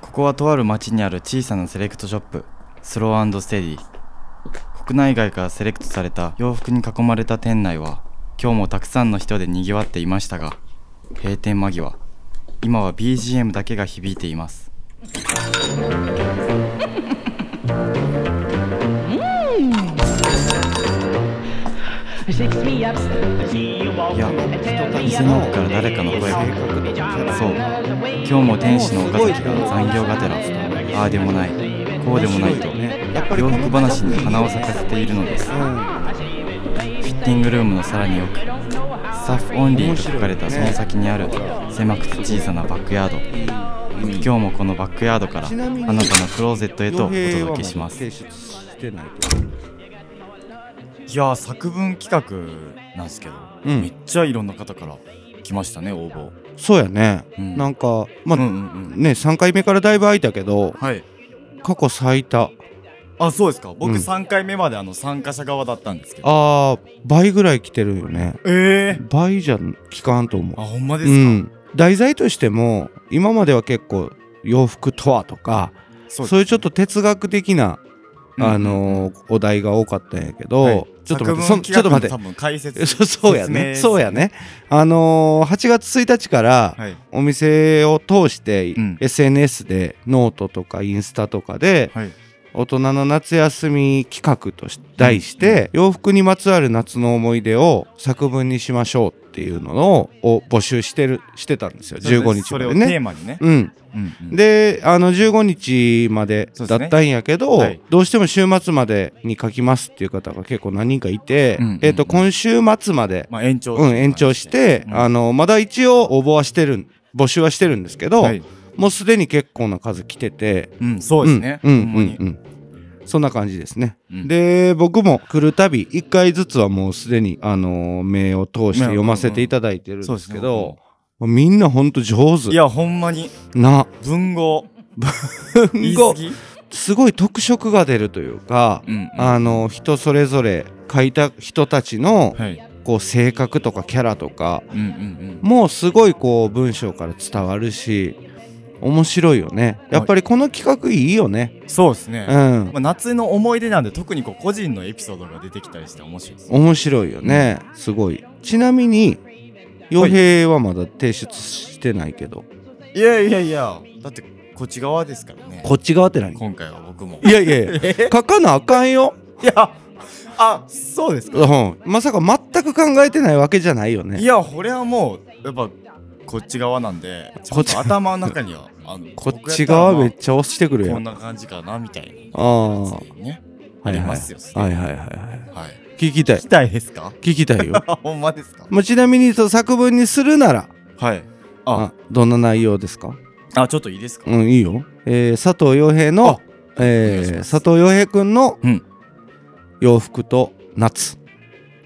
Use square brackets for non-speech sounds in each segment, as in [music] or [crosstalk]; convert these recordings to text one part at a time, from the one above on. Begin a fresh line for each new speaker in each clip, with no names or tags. こはとある町にある小さなセレクトショップスローステディ国内外からセレクトされた洋服に囲まれた店内は今日もたくさんの人でにぎわっていましたが閉店間際今は BGM だけが響いていますいや店の奥から誰かの声がそう今日も天使の岡崎が残業がてらああでもないこうでもないと
やっぱり
洋
この
服話に花を咲かせているのです
うん
フィッティングルームのさらに奥スタッフオンリーと書かれたその先にある狭くて小さなバックヤード今日もこのバックヤードからあ
ちなみに
なたのクローゼットへとお
傭兵はも
届け
う
します
提
い
出してない
やー作文企画なんですけど、
うん
めっちゃいろんな方から来ましたね応募
そうやね、
うん
なんかまあ、
うんうんうん
ね3回目からだいぶ空いたけど
はい
過去最多
あそうですか僕
うん
3回目まであの参加者側だったんですけど、
あー倍ぐらい来てるよね
ええ
倍じゃ効かんと思う
あほんまです
う
か、
ん題材としても今までは結構洋服とはとか
そ
そう
です
ういうちょっと哲学的な、
うん
あのーお題が多かったんやけど、
はい
ちょっと待ってそ
作文
ちょっと
企画
待って
の多分解 [laughs] 説
[laughs] そうそうやねそうやねあのー8月1日から
はい
お店を通して、
うん
SNS でノートとかインスタとかで
はい
大人の夏休み企画とし題して、洋服にまつわる夏の思い出を作文にしましょうっていうのをを募集してるしてたんですよ15日
そ
ま
れ
で
をテ
ね。
ーマにね、
うん、
うんうん
であの15日まで
そうで
だ
すね
ったんやけど、
はい
どうしても週末までに書きますっていう方が結構何人かいて、
うんうんうん
えー、と今週末まで、
まあ、延長という感
うん、
じで
延長して、
うん
あのまだ一応応募はしてるん募集はしてるんですけど、
はい
もうすでに結構な数来てて
うんそうですね、
うんうん
ほんまに
うんうんそんな感じですね、
うん
で僕も来るたび1回ずつはもうすでに、あのー名を通して読ませていただいてるんですけ
うんうんうんそう
ど、もうみんなほんと上手
いやほんまに
な
文豪言
言
い
い
過
過
ぎ、
すごい特色が出るというか、
うんうん
あの人それぞれ書いた人たちの
はい
こう性格とかキャラとか
うんうん
もうすごいこう文章から伝わるし面白いよねやっぱりこの企画いいよね、
うんそうですね、
うん
まあ、夏の思い出なんで特にこう個人のエピソードが出てきたりして面白いです
面白いよねすごいちなみに傭兵はまだ提出してないけど、
いやいやいやだってこっち側ですからね
こっち側って何
今回は僕も
いやいやいや書かなあかんよ、
いやあそうですか
うん、まさか全く考えてないわけじゃないよ
い
ね
やこれはもうやっぱこっち側なんでちょ
こ
っ
っち
と頭の中にはあの
こっち側めっちゃ押してくる
僕やったらまあこん
やんあ
な感じかなみたい
あ
なや
ー
つねあ
はい
り
は
ま
い
すよ
はいはいはいはい
はい
聞きたい
聞きたいですか
聞きたいよ [laughs]
ほんまですか
まあちなみにそう作文にするなら
はい
あどんな内容ですか
あちょっといいですか
うんいいよ、えー、佐藤洋平
あ
の、
お願いし
えー、
ます
佐藤洋平くんの
うん
洋服と夏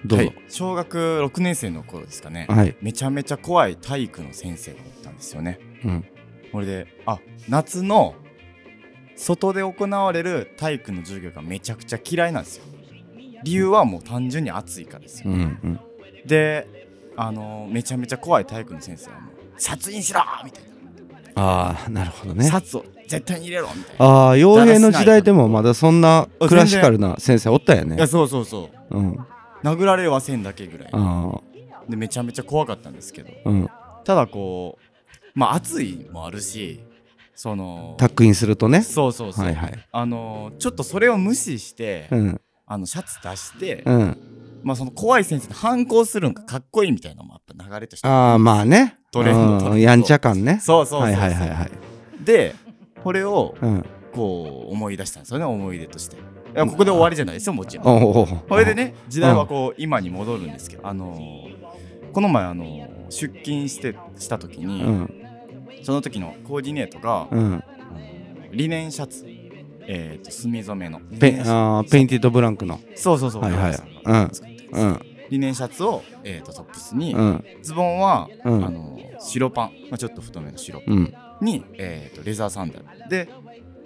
どう
は
ぞ
い、小学6年生の頃ですかね
はい、
めちゃめちゃ怖い体育の先生がおったんですよね
うん、
これであ夏の外で行われる体育の授業がめちゃくちゃ嫌いなんですよ理由はもう単純に暑いからですよ
うんうん
であのめちゃめちゃ怖い体育の先生はもう「殺印しろ!」みたい
ああなるほど
な「
ね
殺を絶対に入れろ!」みたいな
ああ洋平の時代でもまだそんなクラシカルな先生おったよ
い
ね
やそうそうそう
うんあ
殴られはせんだけぐらい
あ
でめちゃめちゃ怖かったんですけど
うん
ただこうまあ暑いもあるしその
タックインするとね
そうそうそう、
はいはい
あのーちょっとそれを無視して、
うん
あのシャツ出して、
うん
まあその怖い先生に反抗するんがかっこいいみたいなのもやっぱ流れとして
ああまあね
トレンドトレンド
うんやんちゃ感ね
そうそうそうそう、
はいはいはいはい
でこれを
うん
こう思い出したんですよね思い出としていやここで終わりじゃないですよもちろん
おおー
それでね時代はこう今に戻るんですけどあのーこの前あのー出勤してした時に、
うん
その時のコーディネートが、
うん
リネンシャツえっ、と墨染めの
ペンあーペインティッドブランクの
そうそうそう
はいはい
さんが作ってるやつ
うん
リネンシャツを、えー、とトップスに、
うん
ズボンは、
うん
あの白パン、まあ、ちょっと太めの白パ
うん
ンに、えー、とレザーサンダルで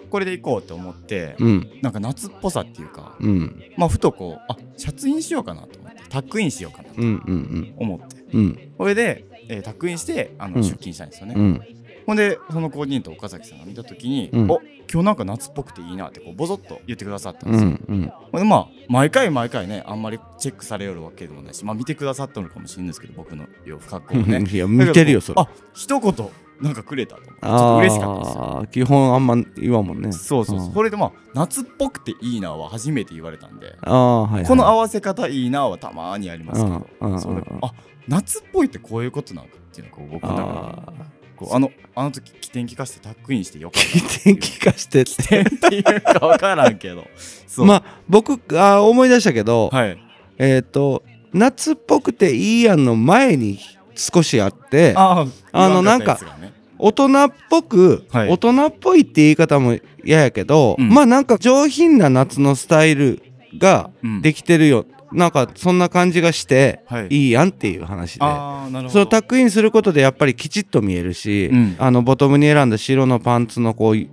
これで行こうと思って、
うん
なんか夏っぽさっていうか、
うん
まあ、ふとこうあシャツインしようかなと思ってタックインしようかなと
うんうん
思って
うん
これで、えータックインしてあの、
うん
出勤したんですよね、
うん
ほんでそのコーディネート岡崎さんが見た時に「
うん
お今日なんか夏っぽくていいな」ってこうボソッと言ってくださったん
う
ですよ。
んうん
ほんでまあ毎回毎回ねあんまりチェックされるわけでもないし、まあ、見てくださったのかもしれないですけど僕の洋服格好をね。
いや見てるよそれ
あ一言なんかくれたと思ってちょっと嬉しかったですよ。
あー基本あんま言わんもんね
そうそうそう、
ん
それでまあ夏っぽくていいなは初めて言われたんで、
ああはい、はい、
この合わせ方いいなはたまーにありますけど、
うんうん
それ
うん
あ夏っぽいってこういうことなんかっていうのがこう僕の中で
あ
こうあのあの時起点聞かせてタックインしてよかったな
ー天気化してって
起点っていうか分からんけどそう、
まあ僕あー思い出したけど、
はい
えっ、と夏っぽくていいやんの前に少しあって
あ
あのなんか
言わんったやつがね
大人っぽく、
はい
大人っぽいって言い方も嫌やけど、
うん
まあなんか上品な夏のスタイルが
うん
できてるよ、なんかそんな感じがして
はい
いいやんっていう話で。
ああなるほど
そのタックインすることでやっぱりきちっと見えるし、
うん
あのボトムに選んだ白のパンツのこうリ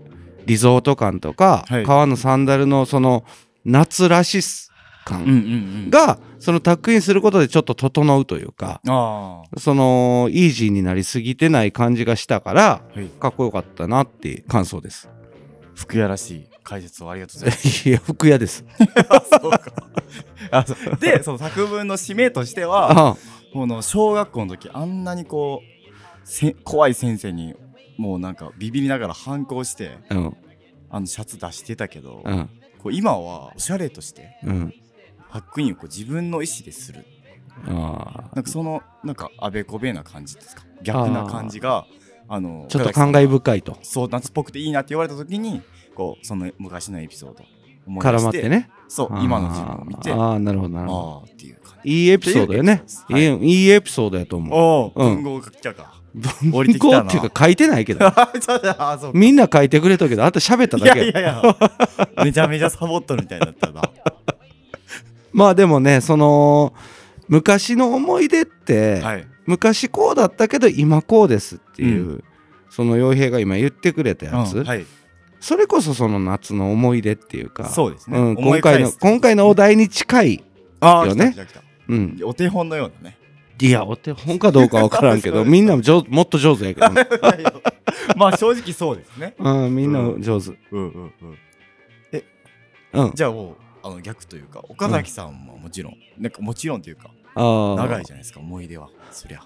ゾート感とか、
はい
革のサンダルのその夏らしさ
うんう
感
んうん
が、そのタックインすることでちょっと整うというか
あ
そのイージーになりすぎてない感じがしたから
あはい
かっこよかったなっていう感
[laughs]
想です。
服屋らしい解説をありがとうございます
[laughs] いや服屋です。
そうかあそうでその作文の締めとしては
[laughs] あ
この小学校の時あんなにこうせ怖い先生にもうなんかビビりながら反抗して
うん
あのシャツ出してたけど、
うん
こう今はおしゃれとして
うん
ハックインをこう自分の意思でする
あー
なんかそのなんかあべこべな感じですか逆な感じがあの
ちょっ
岡
と
崎さ
感
んが
慨深いと
そう夏っぽくていいなって言われた時にこうその昔のエピソード思い出
絡
し
まってね。
そう今の自分を見て
あ
あ
ーあーなるほどなるほど。
あーっていう感じ
いいエピソードよね。
って
い
い
い,、い、いエピソードやと思う。
おお
う
文
ん
豪が来たか [laughs] 降り
文
てき
庫
たな
っていうか書いてない
[laughs]
けど。
そうだあーそうか
みんな書いてくれたけど、あんた喋った
い
だ
や
け。
いやいやめちゃめちゃサボっとるみたいになった
[laughs]
な
まあでもね、その、昔の思い出って、
はい
昔こうだったけど今こうですっていう、
う
その洋平が今言ってくれたやつ、
うんはい
それこそその夏の思い出っていうか、
そうですね
うん、
思
今
い
回
返
の、
す
今回のお題に近い。
ああ
よ
来
ね
た来た来た
うん、
お手本のようなね [laughs]
いやお手本かどうかわからんけ
そう
ど
です
みんなも上もっと上手やけど、ね、
まあ正直そうですね。
[laughs] うんみんな上手
うんうんうん。
うん
じゃあもうあの逆というか岡崎さんももちろん、なんかもちろんというか
ああ
長いじゃないですか思い出はそりゃ。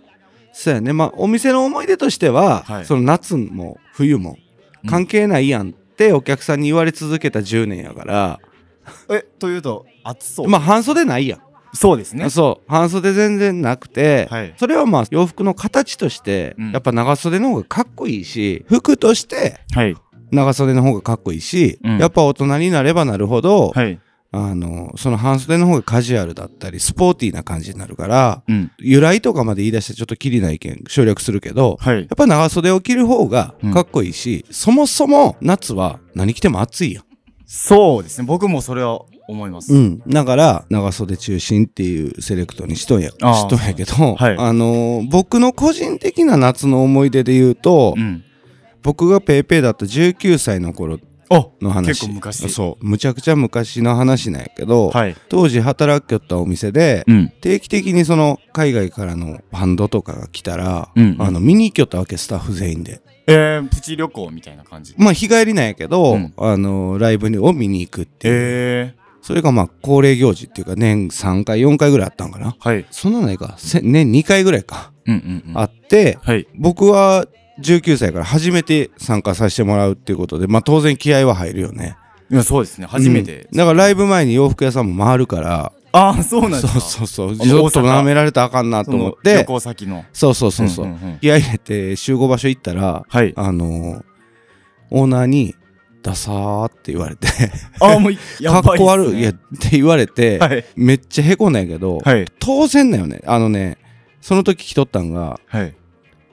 そうやね、まあ、お店の思い出としては、
はい
その夏も冬も
うん
関係ないやんってお客さんに言われ続けた10年やから、
えというと暑そう。
まあ半袖ないやん、
そうですね。
そう半袖全然なくて、
はい
それはまあ洋服の形として、
うん
やっぱ長袖の方がかっこいいし服として
はい
長袖の方がかっこいいし、
うん
やっぱ大人になればなるほど、
はい。
あのその半袖の方がカジュアルだったりスポーティーな感じになるから
うん
由来とかまで言い出してちょっときりないけん省略するけど、
はい
や。っぱ長袖を着る方がかっこいいし、そもそも夏は何着ても暑いやん。
そうですね僕もそれは思います。
うん。だから、長袖中心っていうセレクトにしとんや、し
あー
とんやけど、
はい
あのー僕の個人的な夏の思い出で言うと、
うん。
僕がペイペイだった19歳の頃
あ
の話。
結構昔
そう。むちゃくちゃ昔の話なんやけど、
はい。
当時働きよったお店で、
うん
定期的にその海外からのバンドとかが来たら、
うんうん
あの見に行きよったわけスタッフ全員で。
えー、プチ旅行みたいな感じ。
まあ日帰りなんやけど、
うん
あのライブを見に行くっていう、
え
それがまあ恒例行事っていうか年3回4回ぐらいあったんかな
ー、はい。
そんなないかせ年2回ぐらいか、
うんうんうん。
あって
はい。
僕は19歳から初めて参加させてもらうっていうことでまあ当然気合は入るよね
いやそうですね初めて。
うんだからライブ前に洋服屋さんも回るから
ああそうなんですか。
そうそうそ
の
うちょっと
大阪
舐められたらあかんなと
その
思っ
旅
て
行先の。
そうそうそうそう、
んんん
気合入れて集合場所行ったら
はい。
あのオーナーに「ダサー」って言われて
あ、もう、
か
や
っ
ばいっすね
こ悪いいやって言われて、
はい。
めっちゃへこんだんやけど、
はい。
当然だよねあのねその時着とったんが
はい。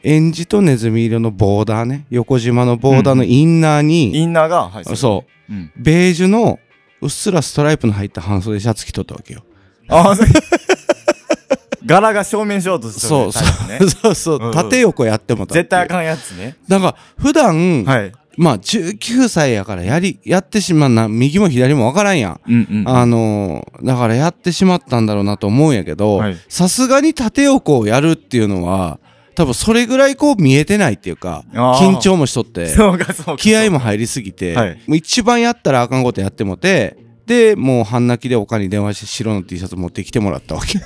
エンジとネズミ色のボーダーね横縞のボーダーのインナーに、
インナーが、はい。。
そう
うん。
うベージュのうっすらストライプの入った半袖シャツ着とったわけよ。
あ、そう。柄が正面しようとして
そう
タイプね
そう [laughs] そうそう、
うんうん
縦横やってもたっていう
[laughs] 絶対あかんやつね。
だから普段、
はい。
まあ19歳やからやりやってしまうな右も左もわからんやん、
うんうん
あのーだからやってしまったんだろうなと思うんやけど
はい
さすがに縦横をやるっていうのは多分それぐらいこう見えてないっていうか
あー
緊張もしとって
そうかそうか
気合も入りすぎて、
はい
もう一番やったらあかんことやってもてでもう半泣きでおかんに電話して白の T シャツ持ってきてもらった
[laughs]
わけ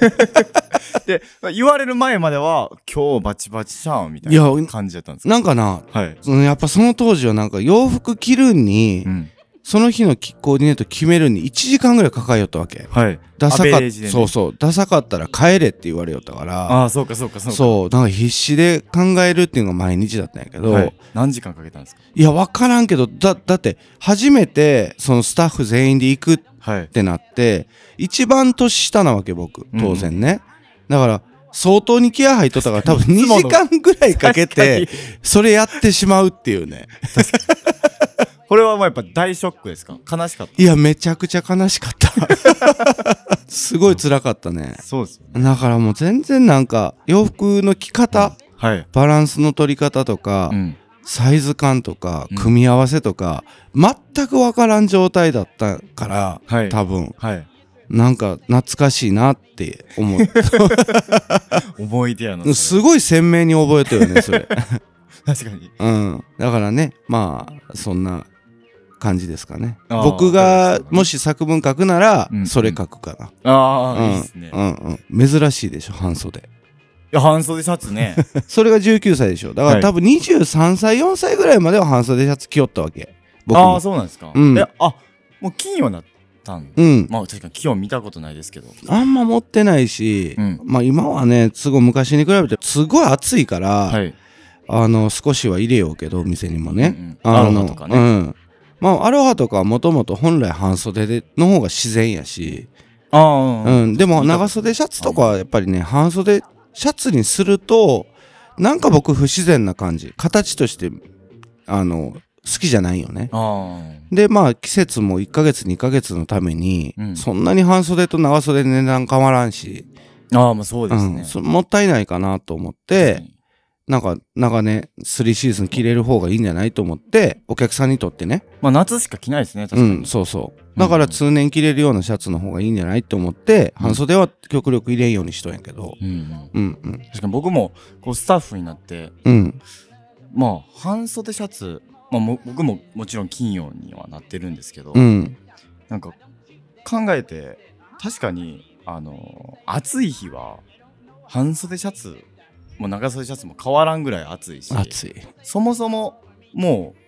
で言われる前までは今日バチバチじゃんみたい
いや
な感じだったんですか
なんかな
はい、
そのやっぱその当時はなんか洋服着るに、
うん、
その日のきコーディネート決めるに1時間ぐらいかかりよったわけ
はい
ダサ
ア
か
ベ
っ
レージでね
そうそうダサかったら帰れって言われよったから
ああそうかそうかそうか
そうなんか必死で考えるっていうのが毎日だったんやけど、
はい
い、
何時間かけたんですか
や分からんけどだだって初めてそのスタッフ全員で行くっ
はい
てなって一番年下なわけ僕当然ね、だから相当に気合入っとったから多分2
いつもの
時間ぐらいかけてそれやってしまうっていうね
これはもうやっぱ大ショックですか悲しかっ
いやめちゃくちゃ悲しかった
[laughs]
すごい辛かったね
たそうですよね
だからもう全然なんか洋服の着方、
はい
バランスの取り方とか、
うん
サイズ感とか
うん
組み合わせとか、全く分からん状態だったから、
はい
多分
はい
なんか懐かしいなって思って
[laughs] 思い出やなそ
す
れ
ごい鮮明に覚えてるよねそれ、
確かに
うん、だからねまあそんな感じですかね
あー
僕
わか
が
りました
もし作文書くなら、
うん
それ書くかな、
あ
う
あ、
ん
いいですね、い
うんうん、珍しいでしょ半袖
や半袖シャツね
それが19歳でしょだか
は
ら
い
多分23歳4歳ぐらいまでは半袖シャツ着よったわけ [laughs] 僕
ああ
も
そうなんですか、
うん
えあもう金曜になったん、
うん
まあ確かに金曜見たことないですけど
あんま持ってないし、
うん
まあ今はねすごい昔に比べてすごい暑いから、
はい
あの少しは入れようけど店にも
うんうん
ね、
アロ
の
ハとかね
うんまあアロハとかはもともと本来半袖での方が自然やし、
ああ
うんでも長袖シャツとかはやっぱりね半袖シャツにするとなんか僕不自然な感じ形としてあの好きじゃないよね
あ
でまあ季節も1ヶ月2ヶ月のために、
うん
そんなに半袖と長袖で値段変わらんし、
あああまあそうですね、
うんそ、もったいないかなと思って、なんか長年3シーズン着れる方がいいんじゃないと思ってお客さんにとってね、
まあ夏しか着ないですね確
う
かに、
ん、そうそうだから通年着れるようなシャツの方がいいんじゃないと思って、
うん
半袖は極力入れんようにしとんやけど、
うんうん
うんうん
確かに僕もこうスタッフになって
うん
まあ半袖シャツ、まあ、も僕ももちろん金曜にはなってるんですけど、
うん
なんか考えて確かにあの暑い日は半袖シャツも長袖シャツも変わらんぐらい暑いし
暑い
そもそももう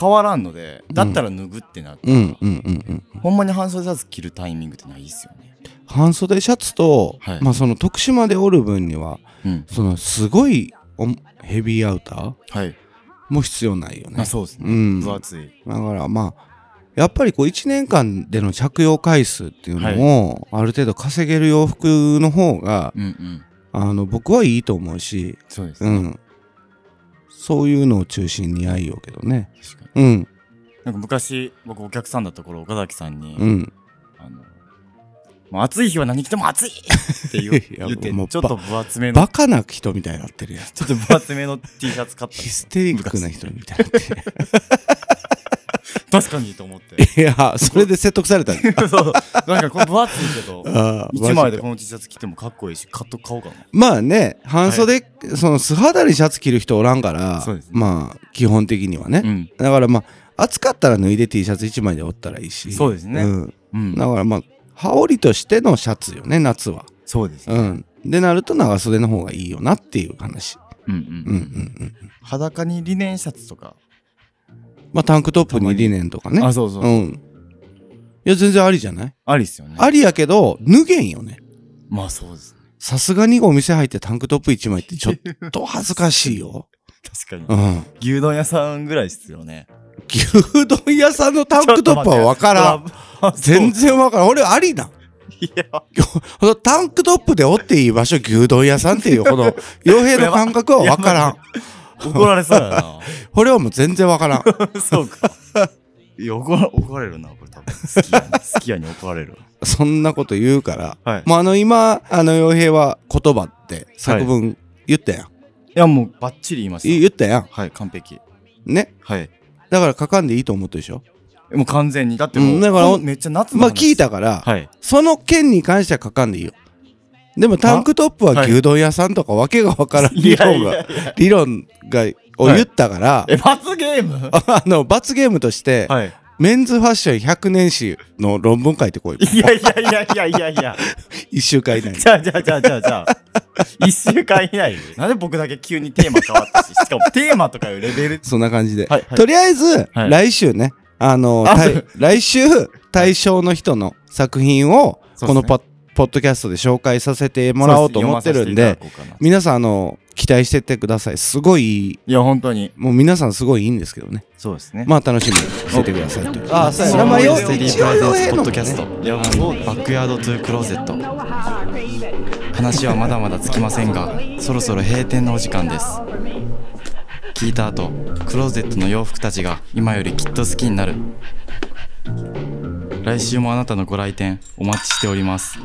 変わらんのでだったら脱ぐってなって、
うんうんうんうん
ほんまに半袖シャツ着るタイミングってないっすよね。
半袖シャツと、
はい
まあその徳島でおる分には
うん、
そのすごいおヘビーアウター
はい、
も必要ないよね
あそうですね、
うん
分厚い
だからまあやっぱりこう1年間での着用回数っていうのをある程度稼げる洋服の方が
うんうん
あの僕はいいと思うし、
そうです
う
ね、
ん、そういうのを中心に愛ようけどね。
確かに
うん
なんか昔僕お客さんだった頃岡崎さんに、
うん、
あのもう暑い日は何着ても暑いって言う
[laughs] いや
言ってち
も
ょっ
う
と分厚めの
バカな人みたいになってるやん
ちょっと分厚めの T シャツ買っ
ヒステリックな人みたいになってる
た。 [laughs] 確かにと思って。 [laughs]
いやそれで説得されたんだ
そう。なんかこれ分厚い [laughs] けど、
あー
1枚で
マジか
この T シャツ着てもかっこいいし、買っと買おうかな。
まあね半袖、その素肌にシャツ着る人おらんから、
そうですね
まあ基本的にはね、
うん。
だからまあ暑かったら脱いで T シャツ1枚で折ったらいいし
そうですね
うん
うん。
だからまあ羽織としてのシャツよね夏は
そうですね。
うんでなると長袖の方がいいよなっていう話
うんう
うんう
ん。
んうん
裸にリネンシャツとか。
まあタンクトップにリネンとかね
あ、そうそう。
うんいや全然ありじゃない
ありっすよね。
ありやけど脱げんよね
まあそうですね。
さすがにお店入ってタンクトップ1枚ってちょっと恥ずかしいよ
確か
う
に。
ん
牛丼屋さんぐらいっすよね。
牛丼屋さんのタンクトップは分から
ちょっと
ん
待って。あ
全。然分からん俺ありなん
そういや、
この [laughs] タンクトップで折っていい場所牛丼屋さんっていうこの傭兵の感覚は分からん
怒られそうやな。
これはもう全然分からん
[laughs] そうか。いや、怒ら怒られるな、これ多分。好きやに、好きやに怒られるわ。
そんなこと言うから、
はい
もうあの今あの傭兵は言葉って作文言ったやん、
いや、もうバッチリ言いまし
言ったやん
た。はい、完璧。
ね
はい。
だから書かんでいいと思ったでしょ
もう完全に。だってもう、
うんだから
こんめっちゃ夏の
まあ
話
聞いたから、
はい。
その件に関しては書かんでいいよでもタンクトップは
はい
牛丼屋さんとかわけがわからん
い
理
や
論
いやいや
が理論がを言ったから、
え、罰ゲーム
あの罰ゲームとして、
はい。
メンズファッション100年史の論文書い
[laughs]
てこい
いやいやいやいやいやいや。
1週間以内に
じゃあじゃあじゃあじゃあじゃあ。一週間以内で。なんで僕だけ急にテーマ変わったし、しかもテーマとかいうレベル。
そんな感じで、
はいはい
とりあえず、
はい
来週ねあの
あ
た
[laughs]
い
そう
来週対象の人の作品を
そうですね
このポッ,、ポッドキャストで紹介させてもらおうと思ってるんで
そうす。読まさせていただこうかな
皆さんあの期待してってくださいすごいいい
いや、本当に。
もう皆さんすごいいいんですけどね
そうですね。
まあ楽しみ
[laughs]
にしててくださいというあ
スローアンドステディ
一
プ
応
レゼン
ええ
スポッ
のも
ド
ね
キャスト。バックヤードトゥークローゼット。話はまだまだつきませんが、そろそろ閉店のお時間です。聞いた後、クローゼットの洋服たちが今よりきっと好きになる。来週もあなたのご来店お待ちしております。